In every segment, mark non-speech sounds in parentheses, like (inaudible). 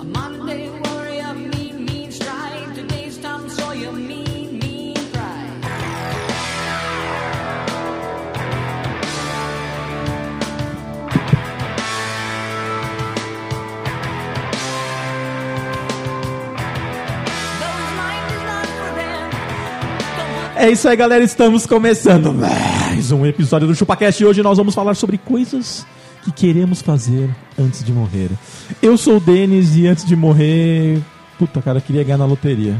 A Monday worry of mean, mean strike. Today's Tom Sawyer, mean, mean pride. Those minds is not for them. É isso aí, galera. Estamos começando mais um episódio do ChupaCast. E hoje nós vamos falar sobre coisas que queremos fazer antes de morrer. Eu sou o Denis e antes de morrer. Puta, cara, eu queria ganhar na loteria.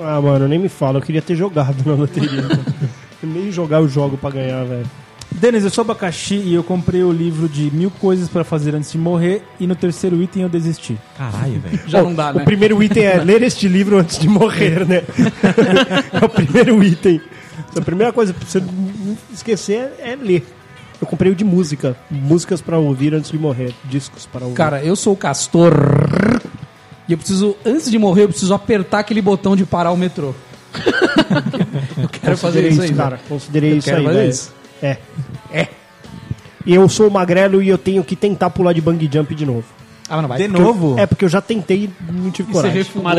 Ah, mano, nem me fala, eu queria ter jogado na loteria. nem jogar eu jogo pra ganhar, velho. Denis, eu sou abacaxi e eu comprei o livro de mil coisas pra fazer antes de morrer e no terceiro item eu desisti. Caralho, velho. Já não dá, né? O primeiro item é ler este livro antes de morrer, (laughs) né? é o primeiro item. Então, A primeira coisa pra você não esquecer é ler. Eu comprei o de música. Músicas pra ouvir antes de morrer. Discos pra ouvir. Cara, eu sou o Castor. E eu preciso, antes de morrer, eu preciso apertar aquele botão de parar o metrô. (laughs) eu quero fazer Considerei isso aí. Cara, considerei Eu isso quero aí, fazer velho. isso. É. É. E eu sou magrelo e eu tenho que tentar pular de bang jump de novo. Ah, mas não vai. De novo? É, porque eu já tentei e não tive Você coragem. refugou.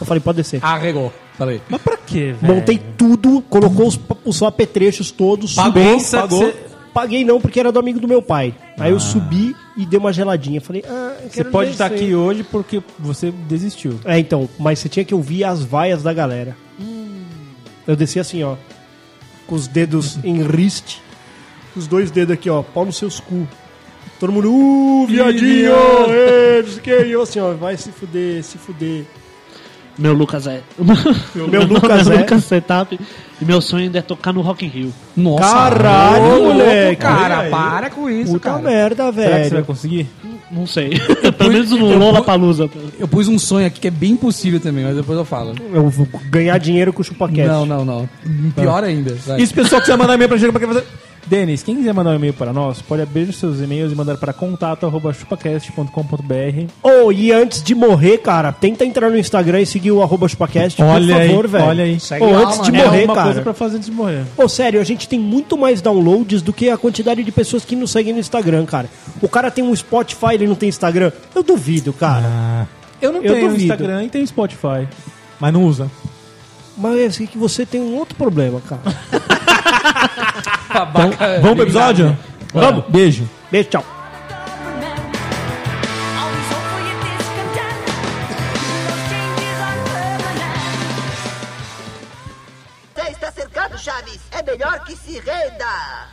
Eu falei, pode descer. Arregou. Falei. Mas pra quê, velho? É. Montei tudo, colocou os, pa- os apetrechos todos, Pagou, subi. sabe que cê- Paguei não, porque era do amigo do meu pai. Aí eu subi e dei uma geladinha. Falei, ah, eu Ah. Você quero pode estar descer. aqui hoje porque você desistiu. É, então, mas você tinha que ouvir as vaias da galera. Hum. Eu desci assim, ó. Com os dedos em riste. com Os dois dedos aqui, ó. Pau nos seus cu. Todo mundo, uh, viadinho! ê, não sei o quê. E eu assim, ó. Vai se fuder, se fuder. Meu Lucas é. (laughs) Meu, nome Lucas é. Lucas Setup. E meu sonho ainda é tocar no Rock in Rio. Nossa. Caralho, ô, louco, moleque. Cara, Olha aí. para com isso, Puta cara. Será merda, que você vai velho. conseguir? Não sei. (laughs) Pelo menos no Lola Palusa. Eu pus um sonho aqui que é bem possível também, mas depois eu falo. Eu vou ganhar dinheiro com o ChupaCast. Não, não, não. Pior ainda. vai. E se o pessoal quiser mandar e-mail pra gente, pra quem fazer. Denis, quem quiser mandar um e-mail para nós, pode abrir os seus e-mails e mandar para contato.chupacast.com.br. Ô, Oh, e antes de morrer, cara, tenta entrar no Instagram e seguir o arroba chupacast, Olha por aí, favor, velho. olha aí. Ô, lá, antes de mano. É morrer, uma cara. coisa pra fazer antes de morrer. Ô, sério, a gente tem muito mais downloads do que a quantidade de pessoas que nos seguem no Instagram, cara. O cara tem um Spotify, ele não tem Instagram. Eu duvido, cara. Eu não Eu tenho duvido. Instagram e tenho Spotify. Ah. Mas não usa. Mas eu sei que você tem um outro problema, cara. Babaca, Vamos pro episódio? Vamos. Beijo. Beijo, tchau. Always hope for your discontent. (laughs) Those changes are permanent. Você está cercado, Chaves. É melhor que se renda.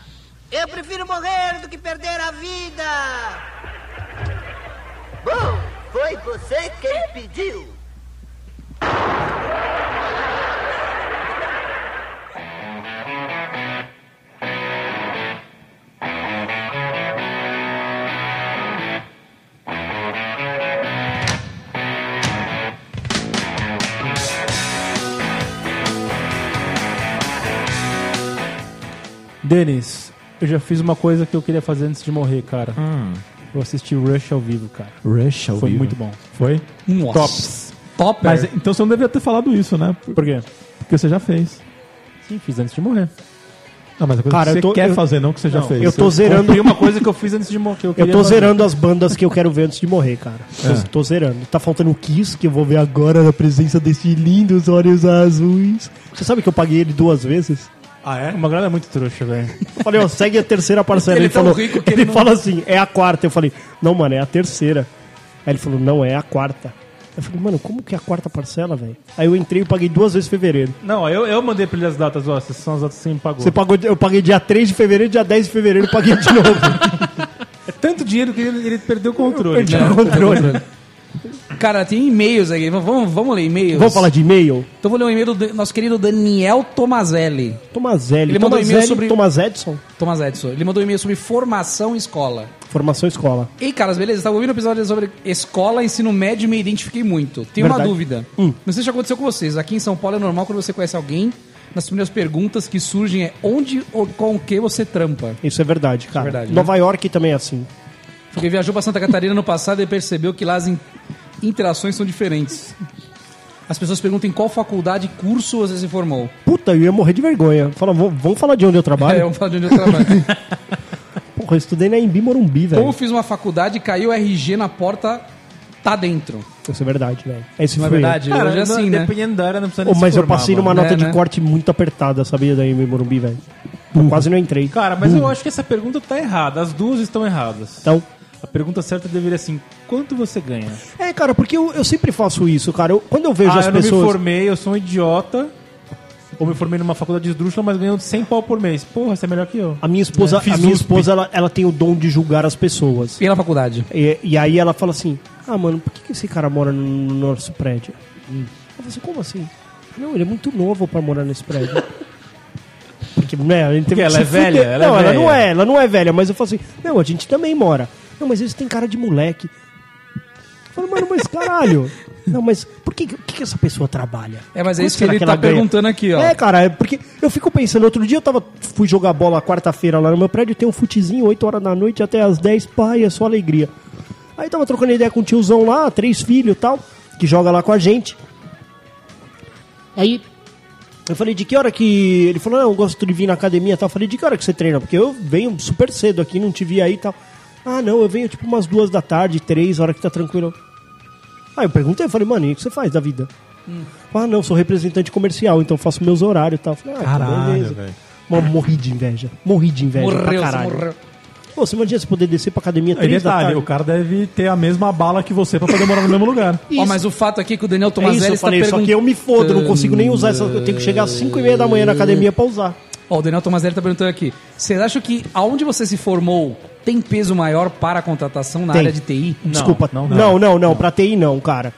Eu prefiro morrer do que perder a vida. Bom, foi você quem pediu. Denis, eu já fiz uma coisa que eu queria fazer antes de morrer, cara. Eu assisti Rush Hum. ao vivo, cara. Rush ao Foi vivo. muito bom. Foi? Nossa. Tops. Top, é, Mas então você não deveria ter falado isso, né? Por- Por quê? Porque você já fez. Sim, fiz antes de morrer. Ah, Não, é mas a coisa Cara, que eu você tô- quer eu- fazer, não que você já Não, fez. eu tô Você- zerando. Cumpri uma coisa que eu fiz antes de morrer. que eu, Eu queria tô fazer. zerando as bandas que eu quero ver antes de morrer, cara. Eu tô zerando. Tá faltando o Kiss, que eu vou ver agora na presença desses lindos olhos azuis. Você sabe que eu paguei ele duas vezes? Ah, é? Uma galera é muito trouxa, velho. Eu falei, ó, segue a terceira parcela. Ele Ele, é tão falou, rico que ele ele, não- fala assim, é a quarta. Eu falei, não, mano, é a terceira. Aí ele falou, não, é a quarta. Eu falei, mano, como que é a quarta parcela, velho? Aí eu entrei e paguei duas vezes em fevereiro. (laughs) não, eu, eu mandei pra ele as datas, ó. Essas são as datas que você me pagou. Você pagou, eu paguei dia 3 de fevereiro, dia 10 de fevereiro eu paguei de (laughs) novo. É tanto dinheiro que ele, ele perdeu o controle. perdi né? o controle. Cara, tem e-mails aqui. Vamos, vamos ler e-mails. Vamos falar de e-mail? Então eu vou ler um e-mail do Dan- nosso querido Daniel Tomazelli. Tomazelli. Ele mandou Tomazelli, e-mail sobre- Thomas Edson. Thomas Edson. Ele mandou um e-mail sobre formação em escola. Formação escola. Ei, caras, beleza? Estava ouvindo o episódio sobre escola, ensino médio e me identifiquei muito. Tenho uma Verdade. dúvida. Hum. Não sei se já aconteceu com vocês. Aqui em São Paulo é normal quando você conhece alguém, nas primeiras perguntas que surgem é onde ou com o que você trampa? Isso é verdade, cara. Verdade, né? Nova York também é assim. Porque viajou pra Santa Catarina no passado e percebeu que lá as in- interações são diferentes. As pessoas perguntam em qual faculdade, curso você se formou. Puta, eu ia morrer de vergonha. Fala, "Vou- vamos falar de onde eu É, trabalho? vamos falar de onde eu trabalho. Porra, eu estudei na Embi Morumbi, Como velho. fiz uma faculdade, caiu o RG na porta, tá dentro. Isso é verdade, velho. Esse Não é foi eu. verdade? Cara, Hoje é não- assim, né? dependendo da área, não precisa Ô, mas eu passei numa mano. nota É, de né? corte muito apertada, sabia, da Embi Morumbi, velho. Eu Quase não entrei. Cara, mas eu acho que essa pergunta tá errada. As duas estão erradas. Então, A pergunta certa deveria assim: quanto você ganha? é, cara, porque eu, eu sempre faço isso, cara. Eu- quando eu vejo ah, as eu não me pessoas... formei, eu sou um idiota. Ou me formei numa faculdade de esdrúxula, mas ganho 100 pau por mês. Porra, você é melhor que eu. A minha esposa, Fiz a minha USP. esposa ela, ela tem o dom de julgar as pessoas. Pela faculdade. E, e aí ela fala assim: Ah, mano, por que, que esse cara mora no, no nosso prédio? Hum. Eu falo assim: Como assim? Não, ele é muito novo pra morar nesse prédio. (laughs) Porque, né, ele teve Porque ela que é se velha? fuder. Ela é não, ela não velha. é, ela não é velha, mas eu falo assim: Não, a gente também mora. Não, mas eles têm cara de moleque. Eu falo, mano, mas (laughs) caralho. Não, mas por que, por que que essa pessoa trabalha? É, mas é Quanto isso que será ele ela tá perguntando aqui, ó. É, cara, é porque eu fico pensando, outro dia eu tava, fui jogar bola quarta-feira lá no meu prédio, tem um futezinho, 8 horas da noite até as 10, pai, é só alegria. Aí tava trocando ideia com um tiozão lá, três filhos e tal, que joga lá com a gente. Aí, Eu falei, de que hora que. Ele falou, não, eu gosto de vir na academia e tal. Eu falei, de que hora que você treina? Porque eu venho super cedo aqui, não te vi aí e tal. Ah, não, eu venho tipo umas duas da tarde, três, hora que tá tranquilo. Aí eu perguntei, eu falei, mano, e o que você faz da vida? Hum. Ah, não, sou representante comercial, então faço meus horários e tal. Eu falei, ah, então beleza. velho. Mano, morri de inveja. Morri de inveja Morreu, pra você caralho. morreu. Pô, você imagina você poder descer pra academia Aí três é da detalhe, tarde? é É o cara deve ter a mesma bala que você pra poder morar no mesmo lugar. (laughs) Ó, mas o fato aqui é que o Daniel É isso, Tomazelli eu está falei, só que eu me fodo, não consigo nem usar essa. Eu tenho que chegar às 5 e meia da manhã na academia pra usar. Ó, o Daniel Tomazelli tá perguntando aqui. Vocês acham que aonde você se formou tem peso maior para a contratação na Tem. área de TI? Desculpa. não, Não, não. não, não, Pra TI não, cara.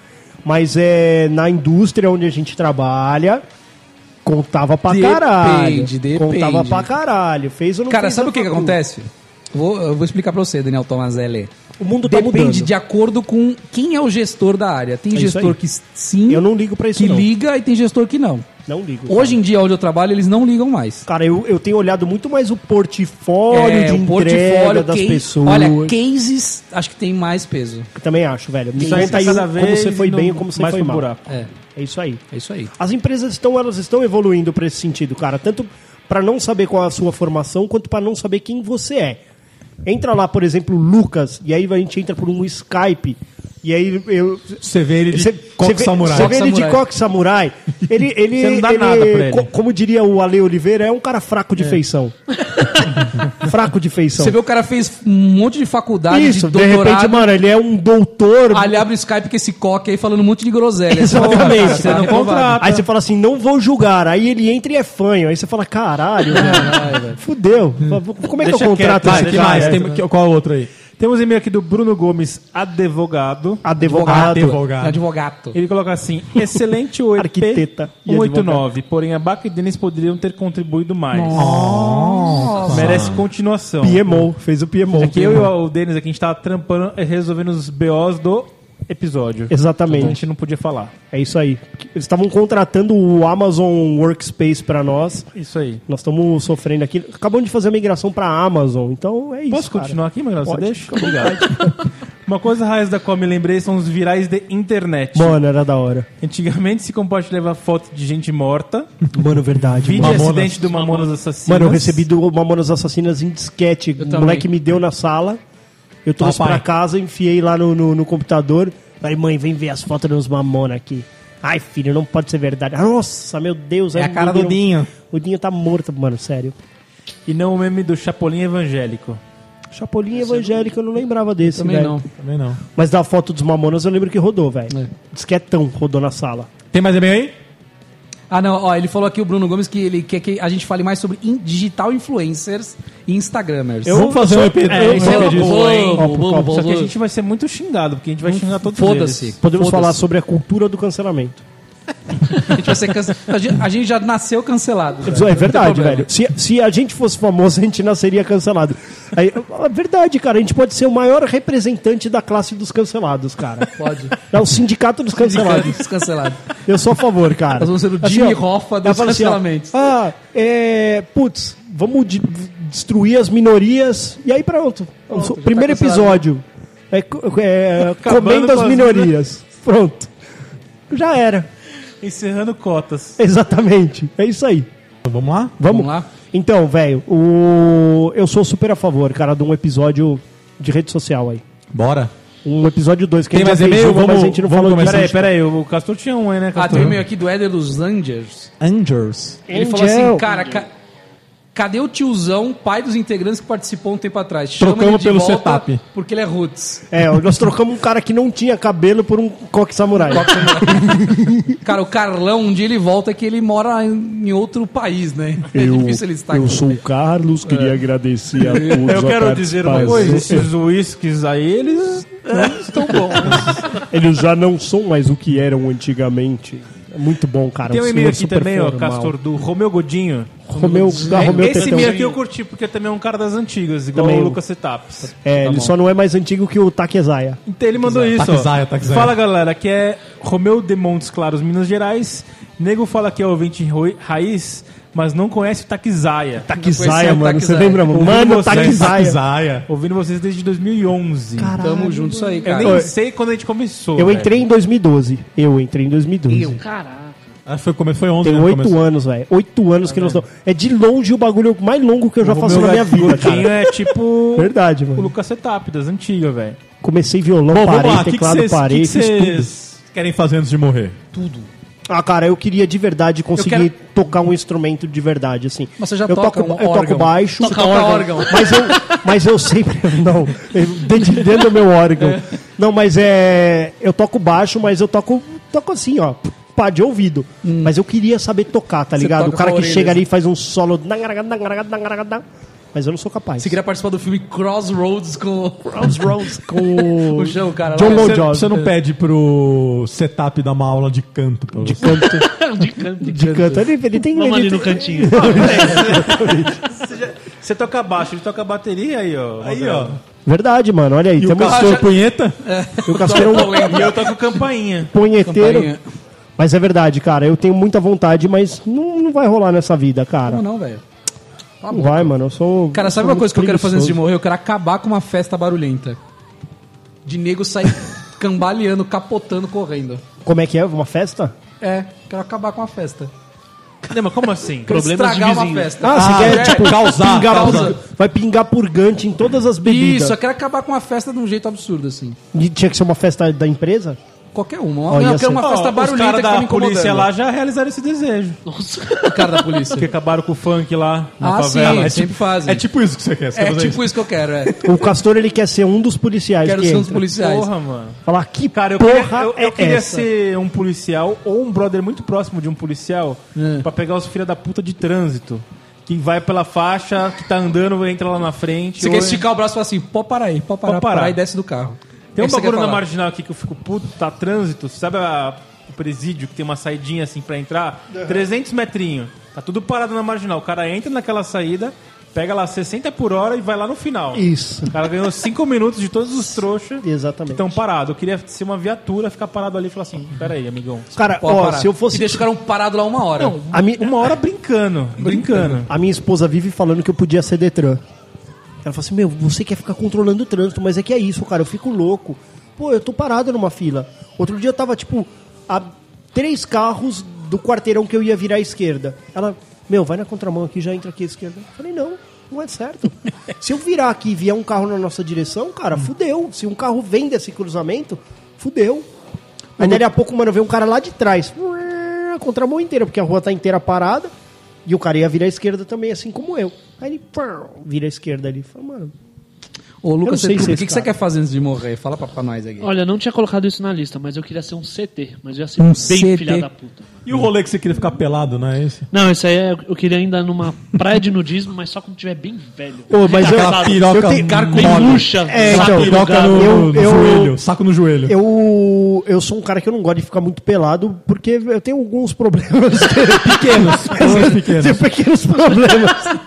Mas é na indústria onde a gente trabalha, contava pra Depende, caralho. depende. Contava pra caralho. Fez ou não Cara, fez sabe a o que, que facu. acontece? Vou, eu vou explicar pra você, Daniel Tomazelli. O mundo tá Depende mudando. de acordo com quem é o gestor da área. Tem É isso gestor aí. que sim, Eu não ligo pra isso, que não. liga e tem gestor que não. Não ligo. cara. Hoje em dia, onde eu trabalho, eles não ligam mais. Cara, eu, eu tenho olhado muito mais o portfólio É, de entrega das case- pessoas. Olha, cases acho que tem mais peso. Também acho, velho. Me Isso aí conta aí tá cada como vez você foi no- bem ou como você mais foi pro mal. buraco. É, É isso aí. é isso aí. As empresas estão, elas estão evoluindo para esse sentido, cara, tanto para não saber qual é a sua formação, quanto para não saber quem você é. Entra lá, por exemplo, Lucas, e aí a gente entra por um Skype, e aí eu Você vê ele de você coque vê- samurai. você vê ele de Samurai. coque samurai. (laughs) Ele, ele, Você não dá ele- nada pra ele. co- como diria o Ale Oliveira, é um cara fraco de (laughs) feição. fraco de feição. Você vê o cara fez um monte de faculdade, Isso, de de repente, doutorado. mano, ele é um doutor. Ah, ali abre o Skype com esse coque aí falando um monte de groselha. Você fala, cara, Exatamente. você não contrata. tá Aí você fala assim, não vou julgar. Aí ele entra e é fanho. Aí você fala, caralho, velho. fudeu. Como é que eu contrato Vai, esse que cara? mais? Tem, que- qual outro aí? Temos e-mail aqui do Bruno Gomes, advogado. Advogado. Advogado. Advogado. Ele coloca assim: excelente o EP Arquiteta e 189, porém a Baca e Denis poderiam ter contribuído mais. Merece continuação. PMO, fez o PMO. É que eu e o Denis aqui, a gente tava trampando e resolvendo os BOs do episódio. Então a Exatamente. gente não podia falar. É isso aí. Eles estavam contratando o Amazon Workspace pra nós. Isso aí. Nós estamos sofrendo aqui. Acabamos de fazer a migração pra Amazon. Então é isso. Posso cara. continuar aqui, Manuel? Você Pode. deixa? Obrigado. (laughs) Uma coisa raiz da qual me lembrei são os virais de internet. Mano, era da hora. Antigamente se compartilhava foto de gente morta, Mano, verdade. vídeo é mano. e acidente do Mamonas Assassinas. Mano, eu recebi do Mamonas Assassinas em disquete. Eu O moleque me também. deu na sala. Eu trouxe Papai. pra casa, enfiei lá no, no, no computador. Falei, mãe, vem ver as fotos dos Mamona aqui. Ai, filho, não pode ser verdade. Ah, Nossa, meu Deus. É a cara do Dinho. O Dinho tá morto, mano, sério. E não o meme do Chapolin evangélico. Chapolin evangélico, eu não lembrava desse, Também velho. não. Também não. Mas da foto dos Mamonas eu lembro que rodou, velho. É. Disquetão rodou na sala. Tem mais e-mail aí? Ah, não, ó, ele falou aqui, o Bruno Gomes, que ele quer que a gente fale mais sobre in- digital influencers e instagramers. Vamos fazer um EP. É, isso é um EP uma disso. boa. Vamos, vamos, Só que a vamos. gente vai ser muito xingado, porque a gente vai xingar todos Foda-se. eles. Podemos Foda-se. falar sobre a cultura do cancelamento. A gente vai ser cance... a, gente, a gente já nasceu cancelado. velho. É Não tem verdade, problema. velho. Se, se a gente fosse famoso, a gente não seria cancelado. Aí, é verdade, cara. A gente pode ser o maior representante da classe dos cancelados, (laughs) cara. Pode. É o sindicato dos cancelados. Descancelado. Eu sou a favor, cara. Nós vamos ser o Assim, Jimmy ó, Hoffa ela dos fala assim, ó, cancelamentos. ah, é. Putz, vamos de- destruir as minorias. E aí pronto. Pronto, já Primeiro tá cancelado. episódio. É, co- é, Acabando comendo com as as minorias. Pronto. Já era. Encerrando cotas. Exatamente. É isso aí. Então, vamos lá? Vamos, Vamos lá? Então, velho, o... eu sou super a favor, cara, de um episódio de rede social aí. Bora. Um episódio 2 que Tem a gente mais já fez e-mail? uma, mas Vamos- a gente não vamos falou começar disso. Peraí, peraí, o Castor tinha um aí, né, Ah, Castor? tem um e-mail aqui do Éder dos Angers. Angels. Ele Angel. falou assim, cara, ca- cadê o tiozão, pai dos integrantes que participou um tempo atrás? Trocamos de pelo volta setup." Porque ele é roots. É, nós trocamos um cara que não tinha cabelo por um coque samurai. é (laughs) Cara, o Carlão, um dia ele volta que ele mora em em outro país, né? é difícil ele estar eu aqui. sou um o Carlos, queria agradecer (laughs) a todos. Eu a quero dizer uma participação. coisa, esses uísques aí, um eles não estão bons. (laughs) Eles já não são mais o que eram antigamente. É muito bom, cara. Tem um senhor e-mail aqui super também, ó, formal. Castor, do Romeu Godinho. Romeu, da Romeu um- Esse Tetão. e-mail aqui eu curti, porque também é um cara das antigas, igual Também. o Lucas Setaps. É, ele só não é mais antigo que o Takezaya. Então ele mandou isso, ó. Taquizaya, taquizaya. Fala, galera, que é Romeu de Montes Claros, Minas Gerais. Nego fala que é ouvinte roi- raiz, mas não conhece o Taquizaya. Takezaya, o mano. Você Takezaya. lembra, mano? Mano, vocês, Takezaya. Ouvindo vocês desde 2011. Tamo junto isso aí, Eu cara. nem Oi. sei quando a gente começou. Eu velho. entrei em 2012. Eu entrei em 2012. Caraca. Ah, foi, come- foi 11, Tem né? oito Começou. anos, velho. Oito anos que nós estamos. É de longe o bagulho mais longo que eu já O faço Romeu na minha vida, Godinho cara. é tipo Verdade, o mano. Lucas Setap das antigas, velho. Comecei violão, Bom, vamos parei, lá. O que teclado, parei, fiz tudo. vocês querem fazer antes de morrer? Ah, cara, eu queria de verdade conseguir quero- tocar um instrumento de verdade, assim. Mas você já eu toca toco, um Eu toco órgão. baixo. Toca órgão. (laughs) Mas eu, mas eu sempre... (laughs) Não, eu- dentro, dentro do meu órgão. Não, mas é... Eu toco baixo, mas eu toco, toco assim, ó. Pá, de ouvido. Mas eu queria saber tocar, tá Hum. Você ligado? O toca cara com que a orelha, chega ali assim. e faz um solo... Mas eu não sou capaz. Você queria participar do filme Crossroads com (laughs) Crossroads com... o João, cara. John lá. Bon Você, Jovi. você não pede pro setup dar uma aula de canto pra você? Canto, De (laughs) canto. de canto. Ele, ele tem... Vamos ele ali no tem- cantinho. Você toca baixo, ele toca bateria aí, ó. Aí, ó. Verdade, mano. Olha aí. E o temos- Castor já- punheta? (laughs) O Castor é um E eu toco campainha. punheteiro. Campainha. Mas é verdade, cara. Eu tenho muita vontade, mas não, não vai rolar nessa vida, cara. Como não, velho? Não vai, mano. Eu sou. Cara, eu sabe sou uma coisa que eu quero fazer antes de preguiçoso. morrer? Eu quero acabar com uma festa barulhenta. De nego (laughs) sair cambaleando, capotando, correndo. Como é que é? Uma festa? É, quero acabar com a festa. Não, mas como assim? Quero Problemas de estragar uma vizinho. festa. Ah, você quer, é. tipo, causar, pingar causa. pur- Vai pingar purgante em todas as bebidas. Isso, eu quero acabar com uma festa de um jeito absurdo, assim. E tinha que ser uma festa da empresa? Qualquer uma. Olha, não, eu quero você- uma Ó, festa os barulhenta caras que tá me da incomodando. polícia lá já realizaram esse desejo. O cara da (laughs) polícia. Que acabaram com o funk lá na ah, favela. sim, É sempre fazem. É tipo isso que você quer? Você É quer fazer tipo isso que eu quero, é. O Castor, ele quer ser um dos policiais Quero que ser um dos entra. policiais. Porra, mano. Falar que Cara, eu porra queria, eu, é eu queria essa? ser um policial ou um brother muito próximo de um policial É. pra pegar os filha da puta de trânsito. Que vai pela faixa, que tá andando, entra lá na frente. Você ou- quer esticar o braço e falar assim, pô, para aí, pô, parar, Pô, parar. parar e desce do carro. Tem É um isso que bagulho eu na ia falar. marginal aqui que eu fico puto, tá trânsito, sabe a- o presídio que tem uma saidinha assim pra entrar? 300 metrinho. Tá tudo parado na marginal. O cara entra naquela saída, pega lá 60 por hora e vai lá no final. Isso. O cara ganhou 5 minutos de todos (laughs) os trouxas que Exatamente. Uhum. estão parados. Eu queria ser uma viatura, ficar parado ali e falar assim: pera aí, amigão. Cara, Pô, ó, parar. se eu E fosse. deixa o cara um parado lá uma hora. A mi- Uma hora brincando, brincando. A minha esposa vive falando que eu podia ser Detran. Ela fala assim: Meu, você quer ficar controlando o trânsito, mas é que é isso, cara, eu fico louco. Pô, eu tô parado numa fila. Outro dia eu tava, tipo, a três carros do quarteirão que eu ia virar à esquerda. Ela, meu, vai na contramão aqui, já entra aqui à esquerda. Eu falei: Não, não é certo. Se eu virar aqui e vier um carro na nossa direção, cara, fudeu. Se um carro vem desse cruzamento, fudeu. Aí daí a pouco, mano, veio um cara lá de trás. A contramão inteira, porque a rua tá inteira parada. E o cara ia virar à esquerda também, assim como eu. Aí ele pá, vira à esquerda ali. Fala, mano, Ô, Lucas, Eu não sei Setúbal, se é o que, que esse você cara. quer fazer antes de morrer? Fala pra, pra nós aqui. Olha, não tinha colocado isso na lista, mas eu queria ser um CT, mas eu ia ser Um bem CT. filha da puta. E o rolê que você queria ficar pelado, não é esse? Não, isso aí é, eu queria ainda numa praia de nudismo, mas só quando tiver bem velho. Ô, mas eu- Casado. piroca eu tenho- bem mole. murcha, É, saco então, Piroca enrugado. no, Eu- no eu- joelho, saco no joelho. Eu, eu sou um cara que eu não gosto de ficar muito pelado, porque eu tenho alguns problemas. (laughs) Pequenos, problemas pequenos. tenho pequenos problemas.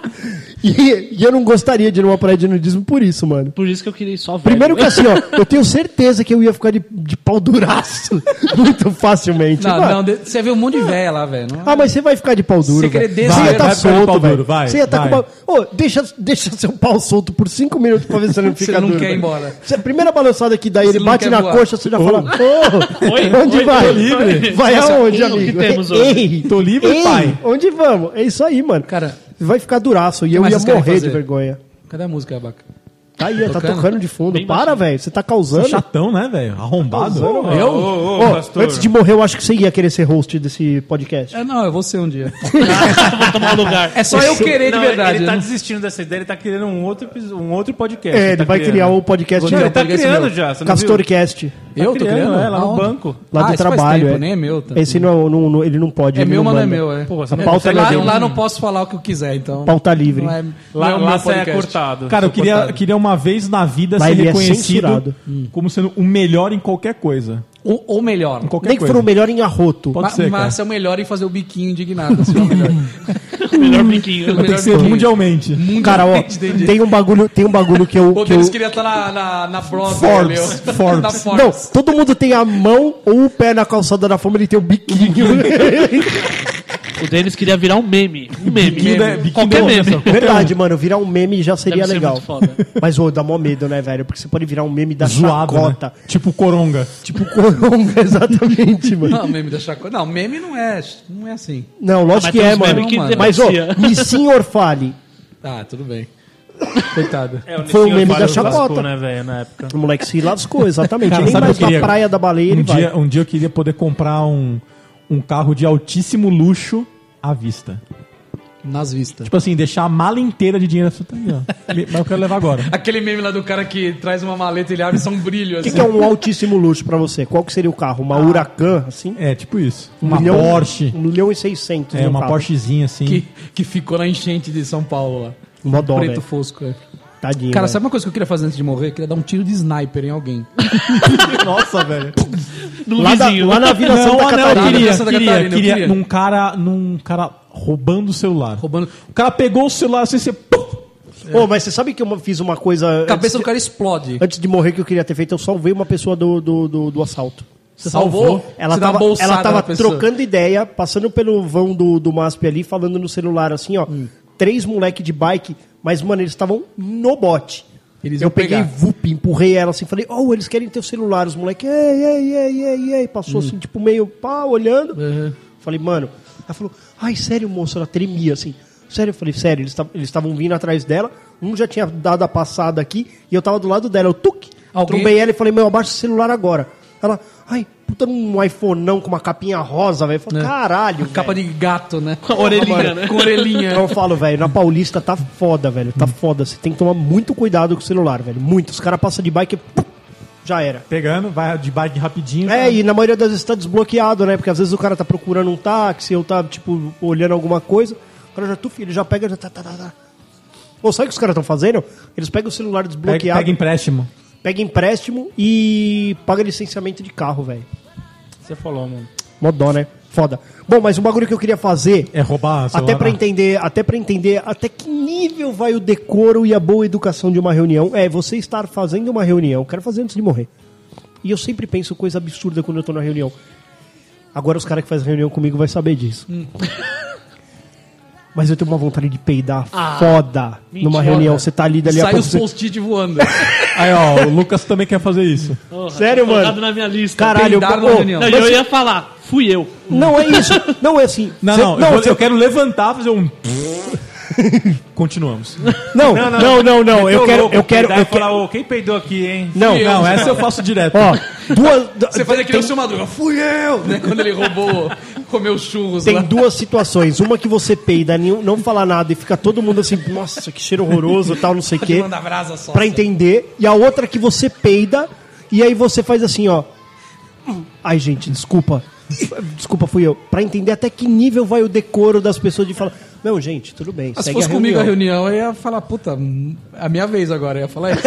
E, e eu não gostaria de ir numa praia de nudismo por isso, mano. Por isso que eu queria ir só velho. (laughs) Primeiro que assim, ó, eu tenho certeza que eu ia ficar de, de pau duraço (laughs) muito facilmente. Não, Mano, não, de- você vê um monte de véia lá, velho. Não- é? Ah, mas você vai ficar de pau duro. Você quer velho. descer- Você ia Vai, tá vai ficar de solto, pau velho. duro, vai, Você ia tá vai. com uma... Ô, deixa, deixa seu pau solto por cinco minutos pra ver se você não (laughs) Você fica não duro, quer ir velho. embora. Se a primeira balançada que dá ele Você não bate quer na voar. coxa, você já fala, ô, Oi, onde oi, vai? tô livre. Vai Nossa, aonde, o que amigo? temos Ei, hoje? ei, Tô livre, ei, pai. Onde vamos? É isso aí, mano. Cara, Vai ficar duraço e eu mais ia vocês querem morrer de fazer? vergonha. Cadê a música, Abaca? Tá aí, tá Tocando? tocando de fundo. Bem Para, baixinho. velho, você tá Tô causando. é Chatão, né, velho? Arrombado. Eu? Ô, ô, Ó, pastor. antes de morrer, eu acho que você ia querer ser host desse podcast. É, não, eu vou ser um dia. Vou tomar um lugar. (laughs) É só eu querer de (laughs) Não, verdade. né? Ele eu tá não- desistindo dessa ideia, ele tá criando um outro, episo- um outro podcast. É, ele tá vai criando. criar o podcast Não, ele tá podcast criando meu. já, você não viu? Castorcast. Eu tô criando, criando? é, lá no Aonde? banco, Lá do isso Ah, faz trabalho, tempo, é. Nem é meu. tá- Esse não, não- não- ele não pode. é ele meu, mas não é manda. meu, é. Pô, você A não pauta consegue lá, lá, ler um- lá não posso falar o que eu quiser, então. Pauta livre. Não é- Lá, não é o lá meu você é podcast. cortado. Cara, eu Sou queria, cortado. queria uma vez na vida Lá ser ele é reconhecido censurado. como sendo o melhor em qualquer coisa. Ou, ou melhor. Em qualquer Nem que coisa. for o melhor em arroto. Pode Ma- ser, cara. mas é o melhor em fazer o biquinho indignado. assim, é o melhor. assim. Melhor brinquinho. Mas Tem que ser melhor mundialmente. Cara, ó, Entendi, entendi. tem um bagulho, tem um bagulho que eu. O que eu- Denis queria estar na, na, na Broadway, Forbes, meu. Tá Forbes. (laughs) Na Não, Forbes. todo mundo tem a mão ou o pé na calçada da fama, ele tem o biquinho. (laughs) O Denis queria virar um meme. Um meme. Biquinho da- biquinho Qualquer da- meme. Verdade, mano, virar um meme já é seria Deve ser legal. muito foda. Mas, ô, dá mó medo, né, velho? Porque você pode virar um meme da Zoado, chacota. né? Tipo coronga. Tipo (laughs) coronga, exatamente, mano. Não, meme da chacota. Não, meme não é, não é assim. Não, lógico mas que tem é, uns mano. memes que Mas, ô, denuncia. Nissin Orfale. Tá, tudo bem. Coitado. É, Foi o Nissin meme da Orfalho se chacota. lascou, né, velho, na época. O moleque se lascou, exatamente. Cara, Nem sabe mais o que eu na é? queria? praia da baleia ele um, vai. dia, um dia eu queria poder comprar um, um carro de altíssimo luxo à vista. Nas vistas. Tipo assim, deixar a mala inteira de dinheiro. Tá aí, ó. Me- Mas eu quero levar agora. Aquele meme lá do cara que traz uma maleta, ele abre e só um brilho, O que, assim. que é um altíssimo luxo pra você? Qual que seria o carro? Uma Huracan, assim? É, tipo isso. Uma milhão- Porsche. Um milhão e seiscentos. É, no uma carro. Porschezinha assim. que, que ficou na enchente de São Paulo lá. Mó dó, Preto velho. fosco, é. Tadinho, Cara, velho. sabe uma coisa que eu queria fazer antes de morrer? Eu queria dar um tiro de sniper em alguém. Nossa, velho. Num Lá, da- vizinho. lá na Vila Não, Santa não, Catarina. eu queria, Santa queria, Catarina, eu queria, queria. Num cara, num cara roubando o celular. Roubando. O cara pegou o celular assim, você... pum! Ô, mas você sabe que eu fiz uma coisa... Cabeça antes, do cara explode. antes de morrer que eu queria ter feito, eu salvei uma pessoa do, do, do, do assalto. Você salvou? Ela Você dá uma tava, bolsada ela tava na pessoa. trocando ideia, passando pelo vão do, do MASP ali, falando no celular assim, ó. Hum. Três moleque de bike, mas, mano, eles estavam no bote. Eles eu iam peguei pegar. VUP, empurrei ela assim, falei, oh, eles querem ter o celular, os moleque, ei, ei, ei, ei, ei. Passou assim, tipo, meio pá, olhando. Uhum. Falei, mano. Ela falou, ai, sério, moço, ela tremia assim. Sério, eu falei, sério, eles ta- eles estavam vindo atrás dela, um já tinha dado a passada aqui, e eu tava do lado dela, eu tuque, Alguém- trombei ela e falei, meu, abaixa o celular agora. Ela, ai, puta num iPhone não com uma capinha rosa, velho. Eu falei, caralho, É. Capa velho. de gato, né? Com a orelhinha, Mano, né? Com orelhinha. Então eu falo, velho, na Paulista tá foda, velho. Tá foda. Você tem que tomar muito cuidado com o celular, velho. Muito. Os caras passam de bike e pum, já era. Pegando, vai de bike rapidinho. É, e na maioria das vezes tá desbloqueado, né? Porque às vezes o cara tá procurando um táxi ou tá, tipo, olhando alguma coisa. O cara já, tu filho, já pega, já tá, tá, tá, tá. Ô, sabe o que os caras estão fazendo? Eles pegam o celular pega, desbloqueado, pega pega, empréstimo. empréstimo e paga licenciamento de carro, velho. Você falou, mano. Mó dó, né? Foda. Bom, mas um bagulho que eu queria fazer, É roubar celular. até pra entender, até para entender até que nível vai o decoro e a boa educação de uma reunião, é você estar fazendo uma reunião, quero fazer antes de morrer. E eu sempre penso coisa absurda quando eu tô na reunião. Agora os caras que fazem reunião comigo vai saber disso. (laughs) Mas eu tenho uma vontade de peidar foda numa mentira. reunião. Você tá ali dali a Sai pouco. os você- post-it voando. Aí, ó, o Lucas também quer fazer isso. Porra, Sério, tá colocado mano? na minha lista. Caralho, peidar numa ô, reunião. Não, eu ia falar. Fui eu. não é isso. Não é assim. Não, Você- não, eu, vou- você- eu quero levantar, fazer um... (laughs) Continuamos. não, não, não, não, Eu Tô quero, é louco, eu quero, peidar eu e quero. falar, ô, quem peidou aqui, hein? Não, Fui eu. Não, essa eu faço direto. Ó, duas. Você faz aquele seu madruga. Fui eu! Né? Quando ele roubou, Comer os churros Tem lá. duas situações. Uma que você peida, nenhum- não fala nada e fica todo mundo assim, nossa, que cheiro horroroso tal, não sei o quê. Manda brasa só. assim. Pra entender. E a outra que você peida e aí você faz assim, ó. Ai, gente, desculpa. Desculpa, fui eu. Pra entender até que nível vai o decoro das pessoas de falar. Não, gente, tudo bem. Se segue fosse a comigo a reunião." reunião, eu ia falar, puta, hum, a minha vez agora. Eu (laughs) ia falar isso.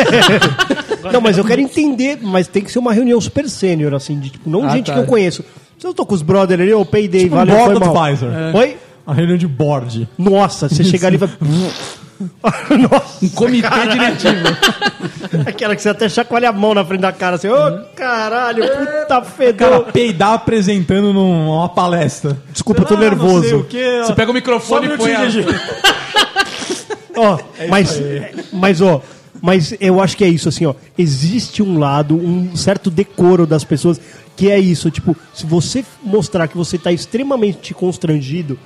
Não, mas eu quero entender, mas tem que ser uma reunião super sênior, assim, de tipo, não Ah, gente tá. que eu conheço. Se eu tô com os brother ali, eu peidei, Tipo um valeu, board foi mal. advisor. É. Oi? A reunião de board. Nossa, você chegar ali e vai... (laughs) Nossa, Um comitê diretivo. aquela que você até chacoalha a mão na frente da cara, assim, ô, caralho, puta Cara, fedor. peidar apresentando numa palestra. Desculpa, eu tô Ah, não sei o nervoso. quê, Você ó. pega o Só um microfone e põe minutinho, a... GG. Ó, mas, mas, ó, mas eu acho que é isso, assim, ó. Existe um lado, um certo decoro das pessoas que é isso, tipo, se você mostrar que você tá extremamente constrangido,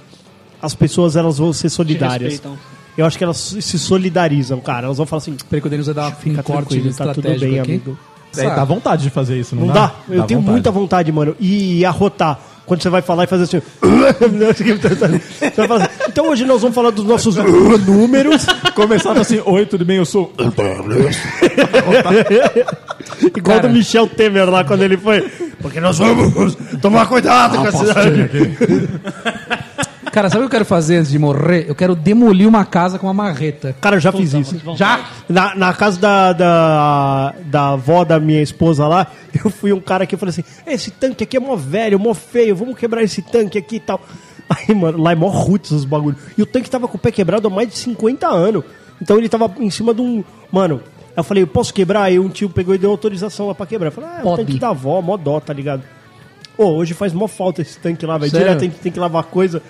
as pessoas elas vão ser solidárias. respeitam. Eu acho que elas se solidarizam, cara. Elas vão falar assim, Peraí que o Denis vai dar um fica corte tranquilo, tá tudo estratégico bem, aqui. amigo. É, dá vontade de fazer isso, não, Não dá? dá? Eu Dá tenho vontade. muita vontade, mano. E arrotar. Quando você vai falar e fazer (laughs) assim. Você vai falar assim, então hoje nós vamos falar dos nossos números. Começava assim, oi, tudo bem? Eu sou. Igual do Michel Temer lá quando ele foi. Porque nós vamos tomar cuidado com a (laughs) cidade. Cara, sabe o que eu quero fazer antes de morrer? Eu quero demolir uma casa com uma marreta. né? Cara, eu já fiz isso. Já? Na, na casa da, da, da avó da minha esposa lá, (laughs) eu fui um cara que eu falei assim: esse tanque aqui é mó velho, mó feio, vamos quebrar esse tanque aqui e tal. (laughs) Aí, mano, lá é mó roots os bagulhos. E o tanque tava com o pé quebrado há mais de 50 anos. Então ele tava em cima de um. Mano, aí eu falei: eu posso quebrar? Aí um tio pegou e deu autorização lá pra quebrar. Eu falei: ah, é o Pode. tanque da avó, mó dó, tá ligado? Ô, hoje faz mó falta esse tanque lá, velho. Sério? Direto a gente tem que lavar coisa.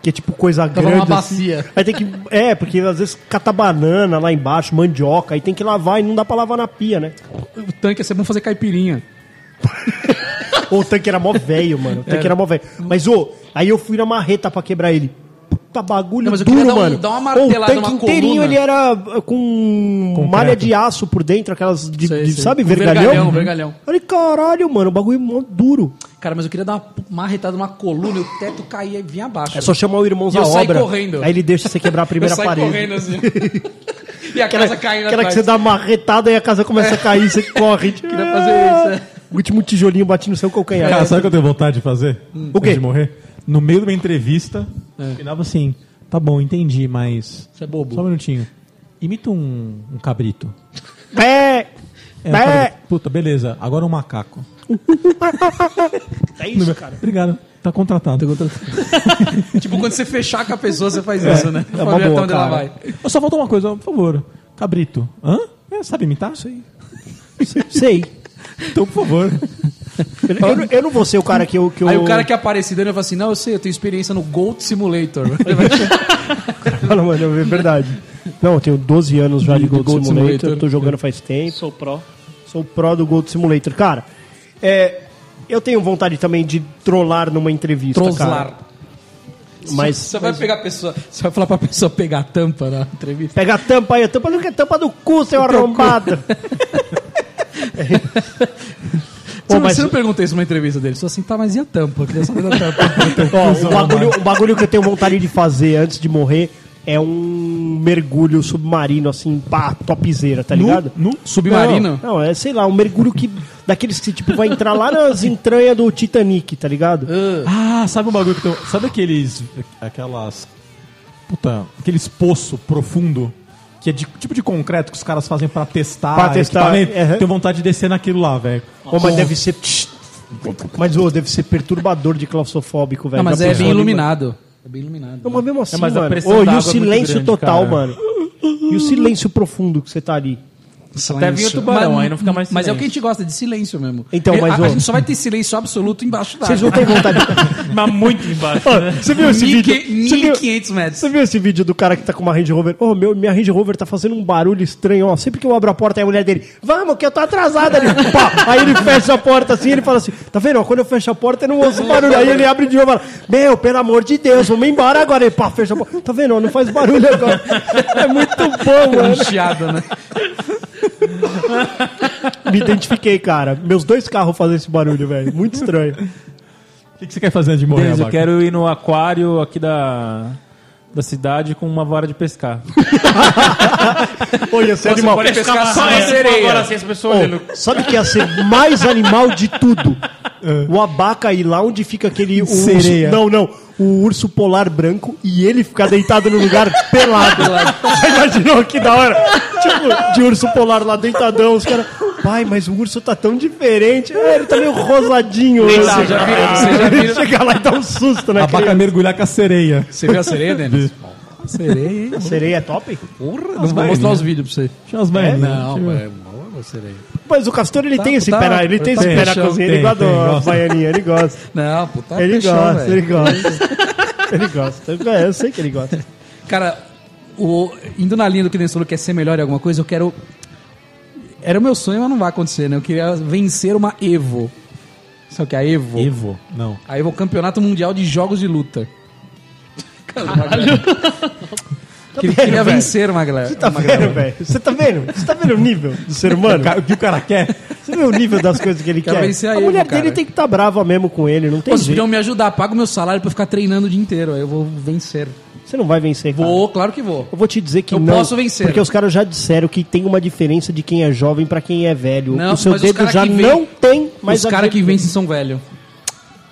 Que é tipo coisa Lavar grande. uma assim. bacia. Aí tem que. É, porque às vezes cata banana lá embaixo, mandioca, aí tem que lavar e não dá pra lavar na pia, né? O tanque ia ser bom fazer caipirinha. Ou o tanque era mó velho, mano. O É. tanque era mó velho. Mas, ô, aí eu fui na marreta pra quebrar ele. Puta bagulho Não, mas eu duro, queria dar um- mano. dar uma Ô, martelada, O tanque uma inteirinho coluna. ele era eh, com malha de aço por dentro, aquelas de, Sei, de- sei. sabe, Um vergalhão? vergalhão, um vergalhão. Olha, caralho, mano, o bagulho mó duro. Cara, mas eu queria dar uma marretada numa coluna e o teto caía e vinha abaixo. É só chamar o irmão E da eu saí obra. correndo. Aí ele deixa você quebrar a (laughs) Eu primeira saí parede. correndo assim. (laughs) e a Aquela, casa caindo aquela que atrás. você dá uma retada e a casa começa a cair, você corre. (laughs) Queria fazer isso, né? O último tijolinho bate no seu calcanhar. Cara, sabe o que eu tenho vontade de fazer? É. O quê? Antes de morrer? No meio de uma entrevista, eu finava assim: tá bom, entendi, mas. Você é bobo. Só um minutinho. Imita um, um cabrito. Bé! É, um Bé! cabrito. Puta, beleza. Agora um macaco. É isso, cara. Obrigado. Tá contratado. Tipo, quando você fechar com a pessoa, você faz isso, né? é uma Pra ver até boa, onde ela cara. vai. Eu só falta uma coisa, por favor. Cabrito. Hã? É, sabe imitar? Sei. Sei. Então, por favor. Eu, eu não- eu não vou ser o cara que eu. Que eu Aí o cara que é aparecido, ele vai falar assim, não, eu sei, eu tenho experiência no (laughs) Gold Simulator. Ele vai- Não, mano, é verdade. Não, eu tenho 12 anos já de, Gold, Simulator, eu tô jogando faz tempo. Sou pró. Sou pró do Gold Simulator. Cara, é, eu tenho vontade também de trollar numa entrevista. Cara. Trollar. Mas Você vai pegar a pessoa, você vai falar pra pessoa pegar a tampa na entrevista. pega a tampa aí, a tampa nunca é tampa do cu, seu teu cu. arrombado. Você, Pô, não- mas- você não pergunta isso numa entrevista dele, só assim, tá, mas e a tampa? Eu queria saber da tampa. é Ó, o bagulho, o bagulho que eu tenho vontade de fazer antes de morrer é um mergulho submarino, assim, pá, topzera, tá ligado? Nu? Submarino? Não, é, sei lá, um mergulho que. Daqueles que, tipo, vai entrar lá nas entranhas do Titanic, tá ligado? Ah, sabe um bagulho que tem. Sabe aqueles. Aquelas. Puta. Aqueles poço profundo. Que é de tipo de concreto que os caras fazem pra testar. Pra testar, é. equipamento. aham. Tenho vontade de descer naquilo lá, velho. Ô, mas deve ser. Mas, ô, deve ser perturbador de claustrofóbico, velho. Não, mas Já é pensou bem ali, iluminado. É bem iluminado. Não, mas mesmo assim, É, mas a mano. pressão Ô, e d'água o é muito silêncio grande, total, cara. mano. E o silêncio profundo que você tá ali. Até vinha o tubarão, aí não fica mais Mas é o que a silêncio. gente gosta, de silêncio mesmo. Então, Eu- mas, a, ô- a gente só vai ter silêncio absoluto embaixo da Vocês não (laughs) têm vontade. Mas muito embaixo, Ó, né? Você viu esse vídeo? Você viu- 1.500 metros. Você viu esse vídeo do cara que tá com uma Range Rover? Ô, meu, minha Range Rover tá fazendo um barulho estranho, ó. Sempre que eu abro a porta, aí a mulher dele, vamos, que eu tô atrasada ali. Pá! Aí ele fecha a porta assim, ele fala assim, tá vendo? ó, Quando eu fecho a porta, eu não ouço barulho. Aí ele abre de novo e fala, meu, pelo amor de Deus, vamos embora agora. Ele, pá, fecha a porta. Tá vendo? ó, Não faz barulho agora. (laughs) É muito bom, Um mano. chiado, né? Me identifiquei, cara. Meus dois carros fazem esse barulho, velho. Muito estranho. O que, que você quer fazer antes de morrer, Denis, eu Abaca? quero ir no aquário aqui da, da cidade com uma vara de pescar. Olha, você é animal. pode pescar só uma sereia. Agora Ô, sabe o que ia ser mais animal de tudo? O abaca ir lá onde fica aquele urso. É. Sereia. Não, não. O urso polar branco e ele ficar deitado no lugar pelado. Você imaginou que da hora? Tipo, de urso polar lá deitadão, os caras. Pai, mas o urso tá tão diferente. É, ele tá meio rosadinho. né? lá, já viu, você já viu. Chega lá e dá um susto, né? Abaca criança? mergulhar com a sereia. Você viu a sereia, Denis? Sereia, hein? Sereia é top? Porra, não As vou mostrar baianinhas. os vídeos pra você. Tinha umas baianinhas. né? Não, Tinha- é uma sereia. Mas o Castor, ele Tá, tem esse tá. pera, ele tem Tá esse pera fechado. cozinha, ele Tem, gosta tem, da gosta. baianinha, ele gosta. Não, puta, Ele fechou, gosta, velho. ele gosta. ele gosta. É, eu sei que ele gosta. Cara, o- indo na linha do que o Denis falou, que é ser melhor em alguma coisa, eu quero. Era o meu sonho, mas não vai acontecer, né? Eu queria vencer uma Evo. Sabe o que é a Evo? Evo? Não. A Evo é o Campeonato Mundial de Jogos de Luta. (laughs) Queria, queria vencer é uma galera. Tá vendo, velho? Você tá vendo? Você tá vendo o nível do ser humano? O ca- O que o cara quer? Você vê o nível das coisas que ele Quero quer? vencer a a Evo, mulher cara. dele tem que estar tá brava mesmo com ele, não tem Vocês jeito. podiam me ajudar, paga o meu salário pra eu ficar treinando o dia inteiro. Aí eu vou vencer. Você não vai vencer, cara. um- Vou, claro que vou. Eu vou te dizer que Eu não. posso vencer. Porque os caras já disseram que tem uma diferença de quem é jovem pra quem é velho. Não, o seu mas os dedo cara já que vem- não tem mais Os caras que vencem são velho.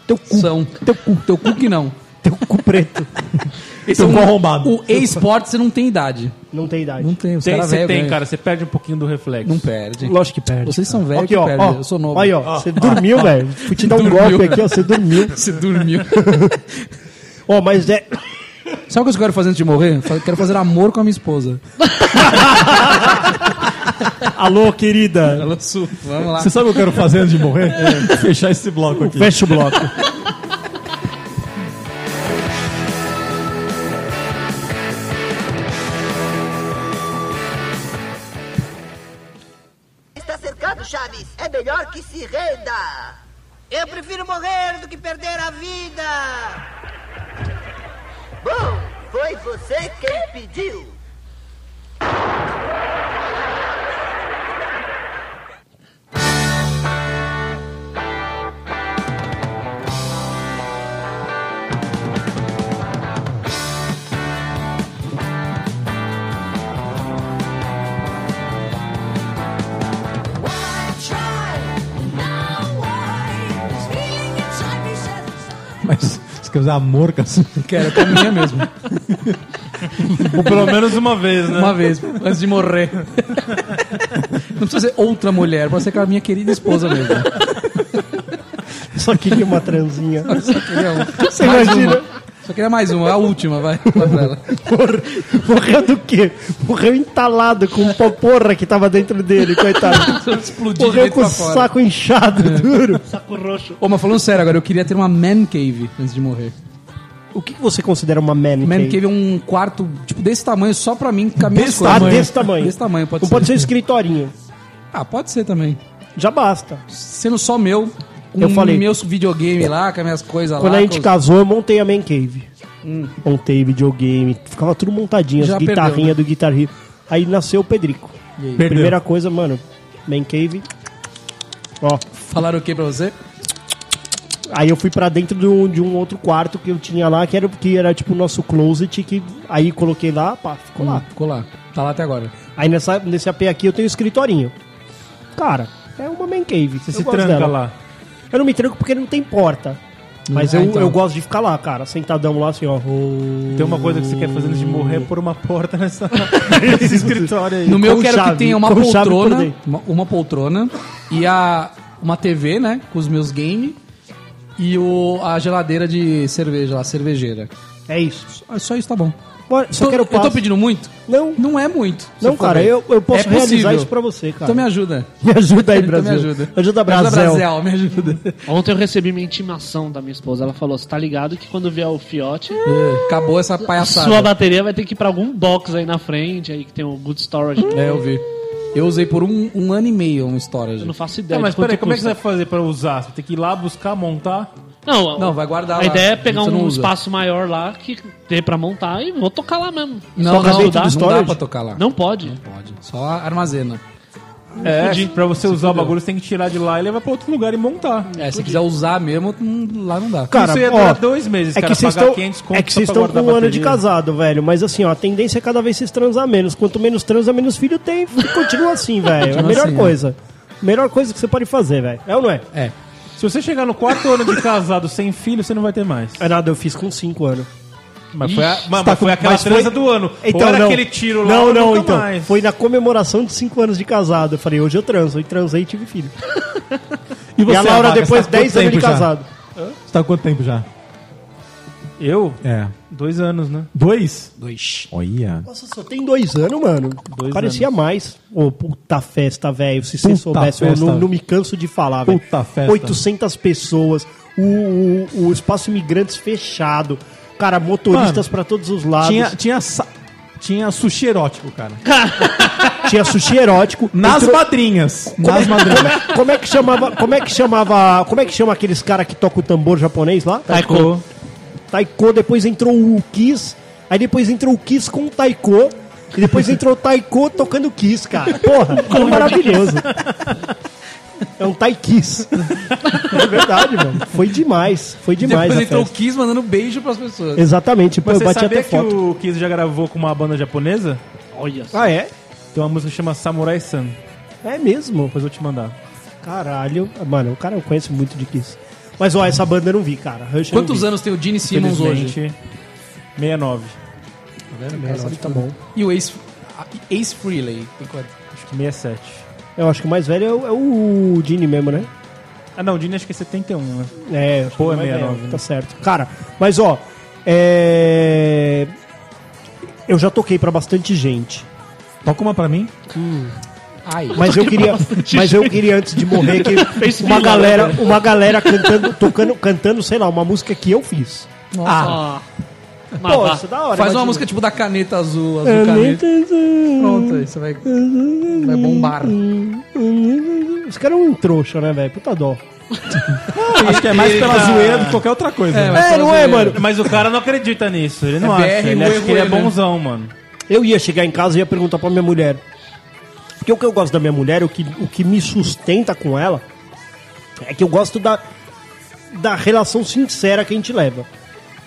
Teu cu, São. Teu cu. Teu cu que não. teu um cu (laughs) preto. Esse é um Teu um cu arrombado. O e-sport você não tem idade. Não tem idade. Não tem, os Tem, caras você velho tem, ganham. cara. Você perde um pouquinho do reflexo. Não perde. Lógico que perde. Vocês são velhos Aqui, que ó, perdem. ó. Eu sou novo. Aí, ó. Você dormiu, velho. Fui te dar um Dormiu, golpe né? aqui, ó. (laughs) Você dormiu. Você dormiu. Ó, mas é. Sabe o que eu quero fazer antes de morrer? Fa- Quero fazer amor com a minha esposa. Alô, querida. Ela su- Vamos lá. Você sabe o que eu quero fazer antes (laughs) de morrer? É. Fechar esse bloco aqui. Fecha o bloco. Está cercado, Chaves. É melhor que se renda. Eu prefiro morrer do que perder a vida. Bom, foi você quem pediu. Mas você quer usar amor, cara? (laughs) Quero, com a minha mesmo. Ou pelo menos uma vez, né? Uma vez, antes de morrer. Não precisa ser outra mulher, pode ser com a minha querida esposa mesmo. Só queria uma transinha. Só queria, um- Você mais imagina? uma. Só queria mais uma, a última, vai. Vai pra ela. Morre- Morreu do quê? Morreu entalado com uma porra que tava dentro dele, coitado. Explodir de Morreu dentro com pra o fora. É. saco inchado, duro. Ô, mas falando sério agora, eu queria ter uma man cave antes de morrer. O que que você considera uma man Man cave? cave é um quarto, tipo, desse tamanho, só pra mim, com a minha Desse tamanho? Ah, desse tamanho. é Desse tamanho, pode Não ser. pode ser um escritorinho. Ah, pode ser também. Já basta. Sendo só meu, com Eu falei. meus videogame lá, com as minhas coisas lá. Quando a gente com os- Hum. casou, eu montei a man cave. Montei videogame, ficava tudo montadinho, as Já perdeu, né? guitarrinhas do Guitar Hero. Aí nasceu o Pedrico. Perdeu. Primeira coisa, mano, man cave. Ó, Falaram o que pra você? Aí eu fui pra dentro de um, de um outro quarto que eu tinha lá, que era, que era tipo o nosso closet, que aí coloquei lá, pá, ficou lá. Hum, Ficou lá. Tá lá até agora. Aí nessa, nesse AP aqui eu tenho um escritorinho. Cara, é uma man cave. Você Se tranca lá. Eu não me tranco porque não tem porta. Mas Ah, eu, então. eu gosto de ficar lá, cara, sentadão lá assim, ó. Tem uma coisa que você quer fazer antes de morrer é por uma porta nessa, nesse escritório aí. No meu eu com quero chave, que tenha uma com chave por poltrona, dentro. uma, uma poltrona e a uma TV, né, com os meus games e o a geladeira de cerveja lá, cervejeira. É isso. Ah, Só isso tá bom. Bora, Só Tô- quero eu tô passo. pedindo muito? Não, Não é muito. se não, for cara, bem. eu, eu posso É realizar possível. isso pra você, cara. Então me ajuda. (laughs) Me ajuda aí, Então Brasil. me ajuda. Ajuda, Brasil. Me ajuda, Brasil, me ajuda. Ontem eu recebi minha intimação da minha esposa. Ela falou: Você tá ligado que quando vier o fiote, É. É. Acabou essa palhaçada. sua bateria vai ter que ir pra algum box aí na frente, aí que tem o Good Storage. É, eu vi. Eu usei por um, um ano e meio um storage. Eu Não, não faço ideia. Tá, mas de quanto peraí, como é que você custa. vai fazer pra usar? Você tem que ir lá buscar, montar? Não, Não, vai guardar A lá. ideia é pegar Você não um usa. espaço maior lá que dê pra montar e vou tocar lá mesmo. não, Toca não, dentro do dá, não dá storage? pra tocar lá. Não pode. Pode, só armazena. É, pra você usar o bagulho, você tem que tirar de lá e levar pra outro lugar e montar. É, se quiser usar mesmo, hum, lá não dá. Cara, Isso ia ó, durar dois meses, é cara, que vocês pagar estão, 500 é conto que só vocês pra estão com guardar um ano de bateria. casado, velho. Mas assim, ó, a tendência é cada vez vocês transar menos. Quanto menos transa, menos filho tem. (laughs) Continua assim, velho. É a Continua melhor assim, né? coisa. Melhor coisa que você pode fazer, velho. É ou não é? É. Se você chegar no quarto ano de casado sem filho, você não vai ter mais. É nada, eu fiz com 5 anos. Mas foi, a, mas Tá foi com- aquela mas foi- transa do ano. Então, Ou era não. aquele tiro lá, Não, ou não, nunca então. mais. Foi na comemoração de 5 anos de casado. Eu falei, hoje eu transo. E transei e tive filho. E, a Laura, Vagas, depois de tá quanto 10 anos de tempo já? casado. Você tá há quanto tempo já? Eu? É. Dois anos, né? Dois? Dois. Olha. Nossa, só tem dois anos, mano. Dois Parecia mais. Ô, puta festa, velho. Se você Puta soubesse, eu festa. não, não me canso de falar, velho. Puta festa. 800 pessoas, o, o, o espaço imigrantes fechado. Cara, motoristas Mano, pra todos os lados. Tinha, tinha, sa- tinha sushi erótico, cara. então- tinha sushi erótico. (laughs) Nas Entrou- madrinhas. como, é, Nas madrinhas. como é- como é que chamava? Como é que chamava? Como é que chama aqueles cara que toca o tambor japonês lá? Taiko. Taiko, depois entrou o Kiss, aí depois entrou o Kiss com o Taiko, e depois entrou o Taiko tocando Kiss, cara. Porra, é maravilhoso. É um Taikis. É verdade, mano. Foi demais, foi demais Depois a entrou o festa. Kiss mandando beijo pras pessoas. Exatamente, pô, Mas eu você bati sabia até que foto. o Kiss já gravou com uma banda japonesa? Olha só. Ah, é? Tem uma música que chama Samurai Sun. É mesmo. Depois eu te mandar. Caralho. Mano, o cara eu conheço muito de Kiss. Mas, ó, essa banda eu não vi, cara. Rush eu não Quantos vi. anos tem o Gene Simmons hoje? 69. Tá bom. E o Ace, a- Ace Frehley? Tem quanto? Acho que 67. Eu acho que o mais velho é o, é o Gene mesmo, né? Ah, não, o Dini acho que é 71, né? É, acho Pô, que é vai 69, bem, né? Tá certo. Cara, mas ó, é... eu já toquei pra bastante gente. Toca uma pra mim. Ai. Mas eu queria, mas eu queria antes de morrer que Fez uma fila, galera, uma galera cantando, tocando, cantando, sei lá, uma música que eu fiz. Nossa. Ah. Pô, Mas isso é da hora. Faz uma imagina. música tipo da caneta azul, azul caneta. Pronto, aí você vai, vai é bombar. Os caras são um trouxa, né, velho? Puta dó. Acho que é mais pela zoeira do que qualquer outra coisa. né? vai É, não é, fazer- mano? Mas o cara não acredita nisso, ele não É acha. BR, um ele ué, acha que ele é ué, né? bonzão, mano. Eu ia chegar em casa e ia perguntar pra minha mulher. Porque o que eu gosto da minha mulher, o que, o que me sustenta com ela, é que eu gosto da, da relação sincera que a gente leva.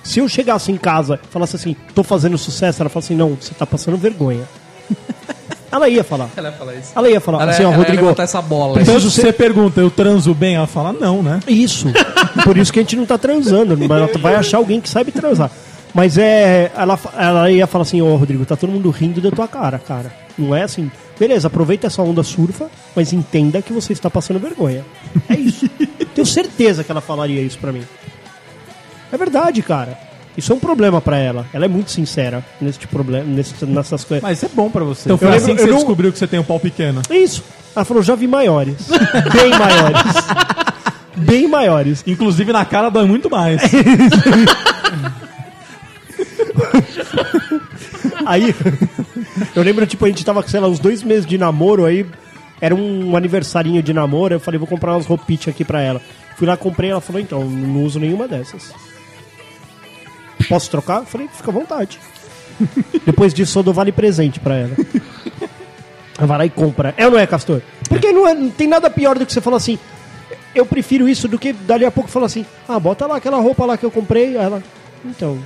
Se eu chegasse em casa e falasse assim, tô fazendo sucesso, ela fala assim, não, você tá passando vergonha. (laughs) ela ia falar. Ela ia falar isso. Ela ia falar, Ela, assim, ó, ela ia Rodrigo. levantar essa bola. aí. Tanto Então, se você pergunta, eu transo bem? Ela fala, não, né? Isso. Por isso que a gente não tá transando. Mas ela vai achar alguém que sabe transar. Mas é. Ela, fa- ela ia falar assim, ô Rodrigo, tá todo mundo rindo da tua cara, cara. Não é assim. Beleza, aproveita essa onda surfa, mas entenda que você está passando vergonha. É isso. Tenho certeza que ela falaria isso pra mim. É verdade, cara. Isso é um problema pra ela. Ela é muito sincera nesse problema, nesse, nessas coisas. Mas isso é bom pra você. Então foi Eu assim lembro- que você eu não- descobriu que você tem um pau pequeno. É isso. Ela falou, já vi maiores. Bem maiores. Bem maiores. Inclusive na cara dói muito (laughs) mais. Aí, (laughs) eu lembro, tipo, a gente tava, sei lá, uns dois meses de namoro, aí era um aniversarinho de namoro, eu falei, vou comprar umas roupitas aqui pra ela. Fui lá, comprei, ela falou, então, não uso nenhuma dessas. Posso trocar? Eu falei, fica à vontade. (laughs) Depois disso, eu dou vale presente pra ela. (laughs) Ela vai lá e compra. É ou não é, Castor? Porque não, é- não tem nada pior do que você falar assim, eu prefiro isso do que dali a pouco falar assim, ah, bota lá aquela roupa lá que eu comprei. Aí ela, então,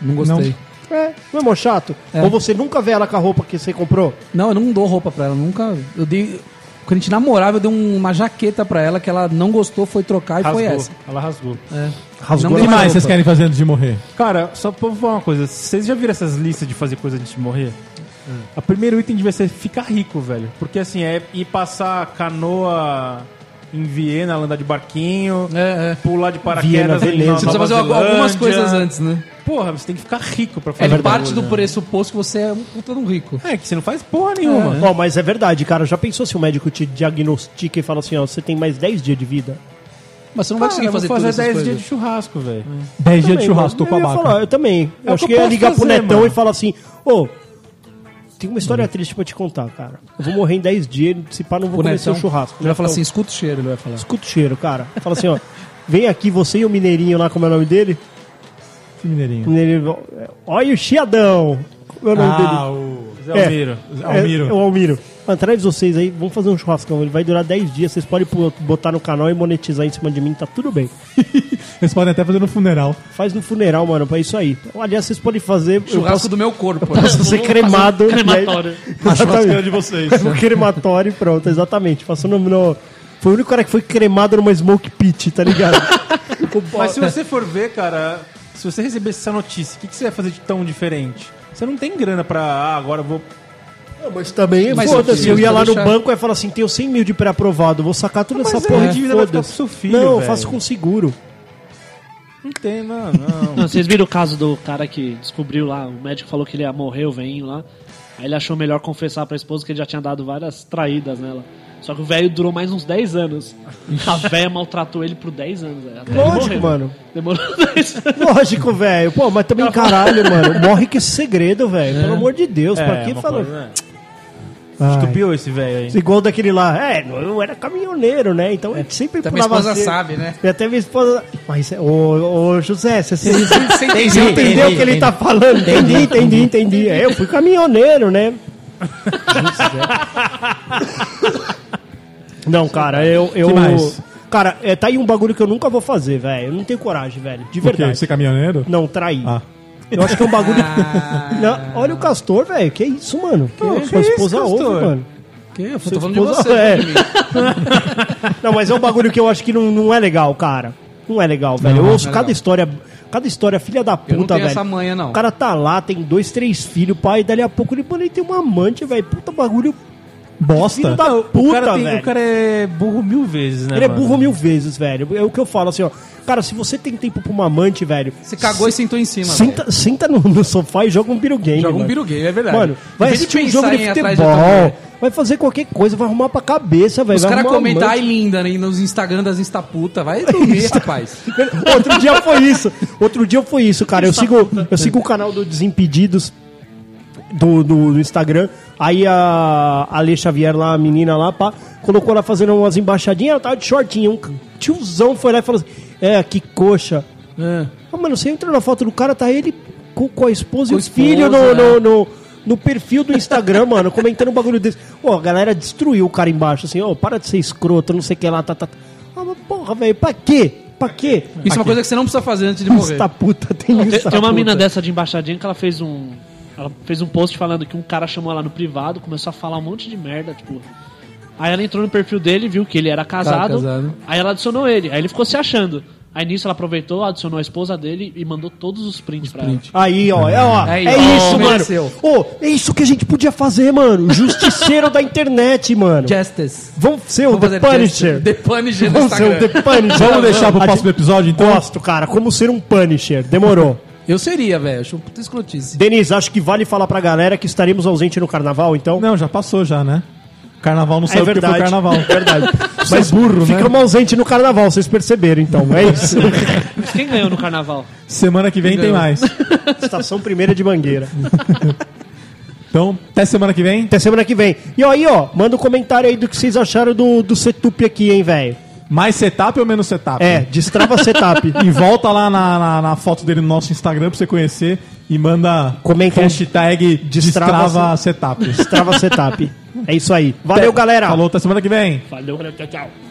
Não gostei. é, não é mó chato? É. Ou você nunca vê ela com a roupa que você comprou? Não, eu não dou roupa pra ela, nunca. Eu dei. Quando a gente namorava, eu dei um- uma jaqueta pra ela que ela não gostou, foi trocar e rasgou. foi essa. Ela rasgou. Rasgou O não que dei mais mais vocês querem fazer antes de morrer? Cara, só pra falar uma coisa, vocês já viram essas listas de fazer coisa antes de morrer? Hum. O primeiro item devia ser ficar rico, velho. Porque assim, é ir passar canoa em Viena, andar de barquinho, É, é. pular de Viena, paraquedas em Veneza. Nova Você precisa fazer algu- algumas Zelândia. coisas antes, né? Porra, você tem que ficar rico pra fazer Ele o parte bagulho, do né? pressuposto que você é um puta de um rico. É, que você não faz porra nenhuma. Ó, mas é verdade, cara. Já pensou se o médico te diagnostica e fala assim, ó, você tem mais 10 dias de vida? Mas é você não vai Cara, conseguir eu vou fazer fazer todas essas 10 coisas. É. dias de churrasco, velho. 10 dias de Também, churrasco, tô mano. com a eu, ia falar, vaca. eu também. É eu o acho que que eu eu ia posso ligar pro fazer, Netão mano. e falar assim, ô, tem uma história triste pra te contar, cara. Eu vou morrer em 10 dias, se pá, não vou O comer seu Netão churrasco. Ele vai falar assim, escuta o cheiro, ele vai falar. escuta o cheiro, cara. Fala assim, ó, vem aqui você e o mineirinho lá, como é o nome dele? Que mineirinho. Ah, Mineirinho, ó, olha o chiadão. Como é o nome dele? Ah, o... Zé Almiro. É, Almiro. É, o Almiro. Mano, traz vocês aí, vamos fazer um churrascão. Ele vai durar 10 dias, vocês podem pô- botar no canal e monetizar em cima de mim, tá tudo bem. Eles podem até fazer no funeral. Faz no funeral, mano, pra isso aí. Aliás, vocês podem fazer. eu Churrasco posso- do meu corpo. Eu (laughs) posso ser cremado. (laughs) um crematório. e aí- Exatamente. de vocês. Um crematório e pronto, exatamente. Passou no, no- Foi o único cara que foi cremado numa smoke pit, tá ligado? (laughs) O- Mas se você for ver, cara, se você recebesse essa notícia, o que, que você ia fazer de tão diferente? Você não tem grana pra. Ah, agora eu vou. Não, mas Tá também, Mas foda-se. eu- Eu ia lá no deixar- banco e falar assim: tenho 100 mil de pré-aprovado, vou sacar toda Mas essa é, porra a de dívida vai ficar foda-se. pro seu filho, Não, eu velho. faço com seguro. Não tem, não, não. Não, vocês viram o caso do cara que descobriu lá, o médico falou que ele ia morrer, o veinho lá. Aí ele achou melhor confessar pra esposa que ele já tinha dado várias traídas nela. Só que o velho durou mais uns 10 anos. A véia maltratou ele por 10 anos, velho. até ele Lógico, morrer. mano. Demorou (laughs) 10 anos. Lógico, velho. Pô, mas também caralho, mano. Morre com esse segredo, velho. Pelo amor de Deus, pra que uma falar? coisa, né? Ai. Estupiou esse velho aí. Igual daquele lá, é, não eu era caminhoneiro, né? Então ele sempre Também a esposa cerca. sabe, né? E até minha esposa. Mas, ô, ô José, você, você, Você você entendeu? entendeu o que ele tá falando? Entendi, entendi, entendi. É, eu fui caminhoneiro, né? Não, cara, eu. eu Que mais? Cara, é, tá aí um bagulho que eu nunca vou fazer, velho. Eu não tenho coragem, velho. De Por quê? verdade. Ser caminhoneiro? Não, trair. Ah. Eu acho que é um bagulho. Não, olha o Castor, velho. Que isso, mano? Que Pô, que Sua isso, esposa ouve, Castor? mano. Que? Eu tô falando de Esposa- você. é. não, mas é um bagulho que eu acho que não, não é legal, cara. Não é legal, velho. eu ouço não é cada legal. história, cada história filha da puta, Eu não tenho velho. essa manha, não. O cara tá lá, tem dois, três filhos, pai, dali a pouco ele, mano, ele tem uma amante, velho. Puta bagulho. Bosta. Filho da o, puta, cara tem- velho. o cara é burro mil vezes, né? Ele é mano? burro mil vezes, velho. É o que eu falo assim, ó. Cara, se você tem tempo pra uma amante, velho. Você cagou e sentou em cima. velho. Senta, senta no, no sofá e joga um pirugame. Joga um mano. biruguei, é verdade. Mano, vai Em vez de assistir um pensar jogo de em ir atrás futebol, de outra mulher. vai fazer qualquer coisa, vai arrumar pra cabeça, velho. Os vai caras arrumar um comentam, amante. ai linda, né? E nos Instagram das Instaputa. Vai dormir, rapaz. É. Outro dia foi isso. Outro dia foi isso, cara. Eu sigo, eu sigo o canal do Desimpedidos do, do, do Instagram. Aí a Ale Xavier lá, a menina lá, pá, colocou ela fazendo umas embaixadinhas, ela tava de shortinho. Um tiozão foi lá e falou assim: É, que coxa. é Ah, mano, você entra na foto do cara, tá ele com, com a esposa e Com a o filho no, esposa, no, no, no perfil do Instagram, mano, comentando um bagulho desse. Pô, a galera destruiu o cara embaixo, assim, ó, para de ser escroto, não sei o que lá, tá, tá. tá. Ah, mas porra, velho, pra quê? Pra quê? Isso é uma coisa que você não precisa fazer antes de morrer. Esta puta tem Tem, essa tem uma puta. mina dessa de embaixadinha que ela fez um. Ela fez um post falando que um cara chamou ela no privado, começou a falar um monte de merda, tipo. Aí ela entrou no perfil dele, viu que ele era casado, casado. Aí ela adicionou ele, aí ele ficou se achando. Aí nisso ela aproveitou, adicionou a esposa dele e mandou todos os prints pra ela. Aí, ó, é, ó, Aí, é ó, isso, mereceu. mano. Ô, é isso que a gente podia fazer, mano. Justiceiro da internet, mano. Justice. Vamos ser o The fazer Punisher. justice. The Punisher no Vamos ser o Instagram. The Punisher. Vamos deixar pro A próximo episódio, então? Gosto, cara, como ser um Punisher. Demorou. Eu seria, velho. Acho um puta escrotice. Denise, acho que vale falar pra galera que estaremos ausente no carnaval, então. Não, já passou já, né? Carnaval não saiu porque foi carnaval. É verdade. Mas burro, né? Ficamos ausente no carnaval, vocês perceberam, então. É isso. Mas quem ganhou no carnaval? Semana que vem tem Ganhou. mais. Estação Primeira de Mangueira. Então, até semana que vem. Até semana que vem. E aí, ó, manda um comentário aí do que vocês acharam do, do Setup aqui, hein, velho. Mais setup ou menos setup? É, destrava setup. E volta lá na, na- na foto dele no nosso Instagram pra você conhecer e manda Comenta. hashtag Destrava- destrava setup. Destrava setup. É isso aí. Valeu, galera. Falou, até semana que vem. Valeu, tchau, tchau.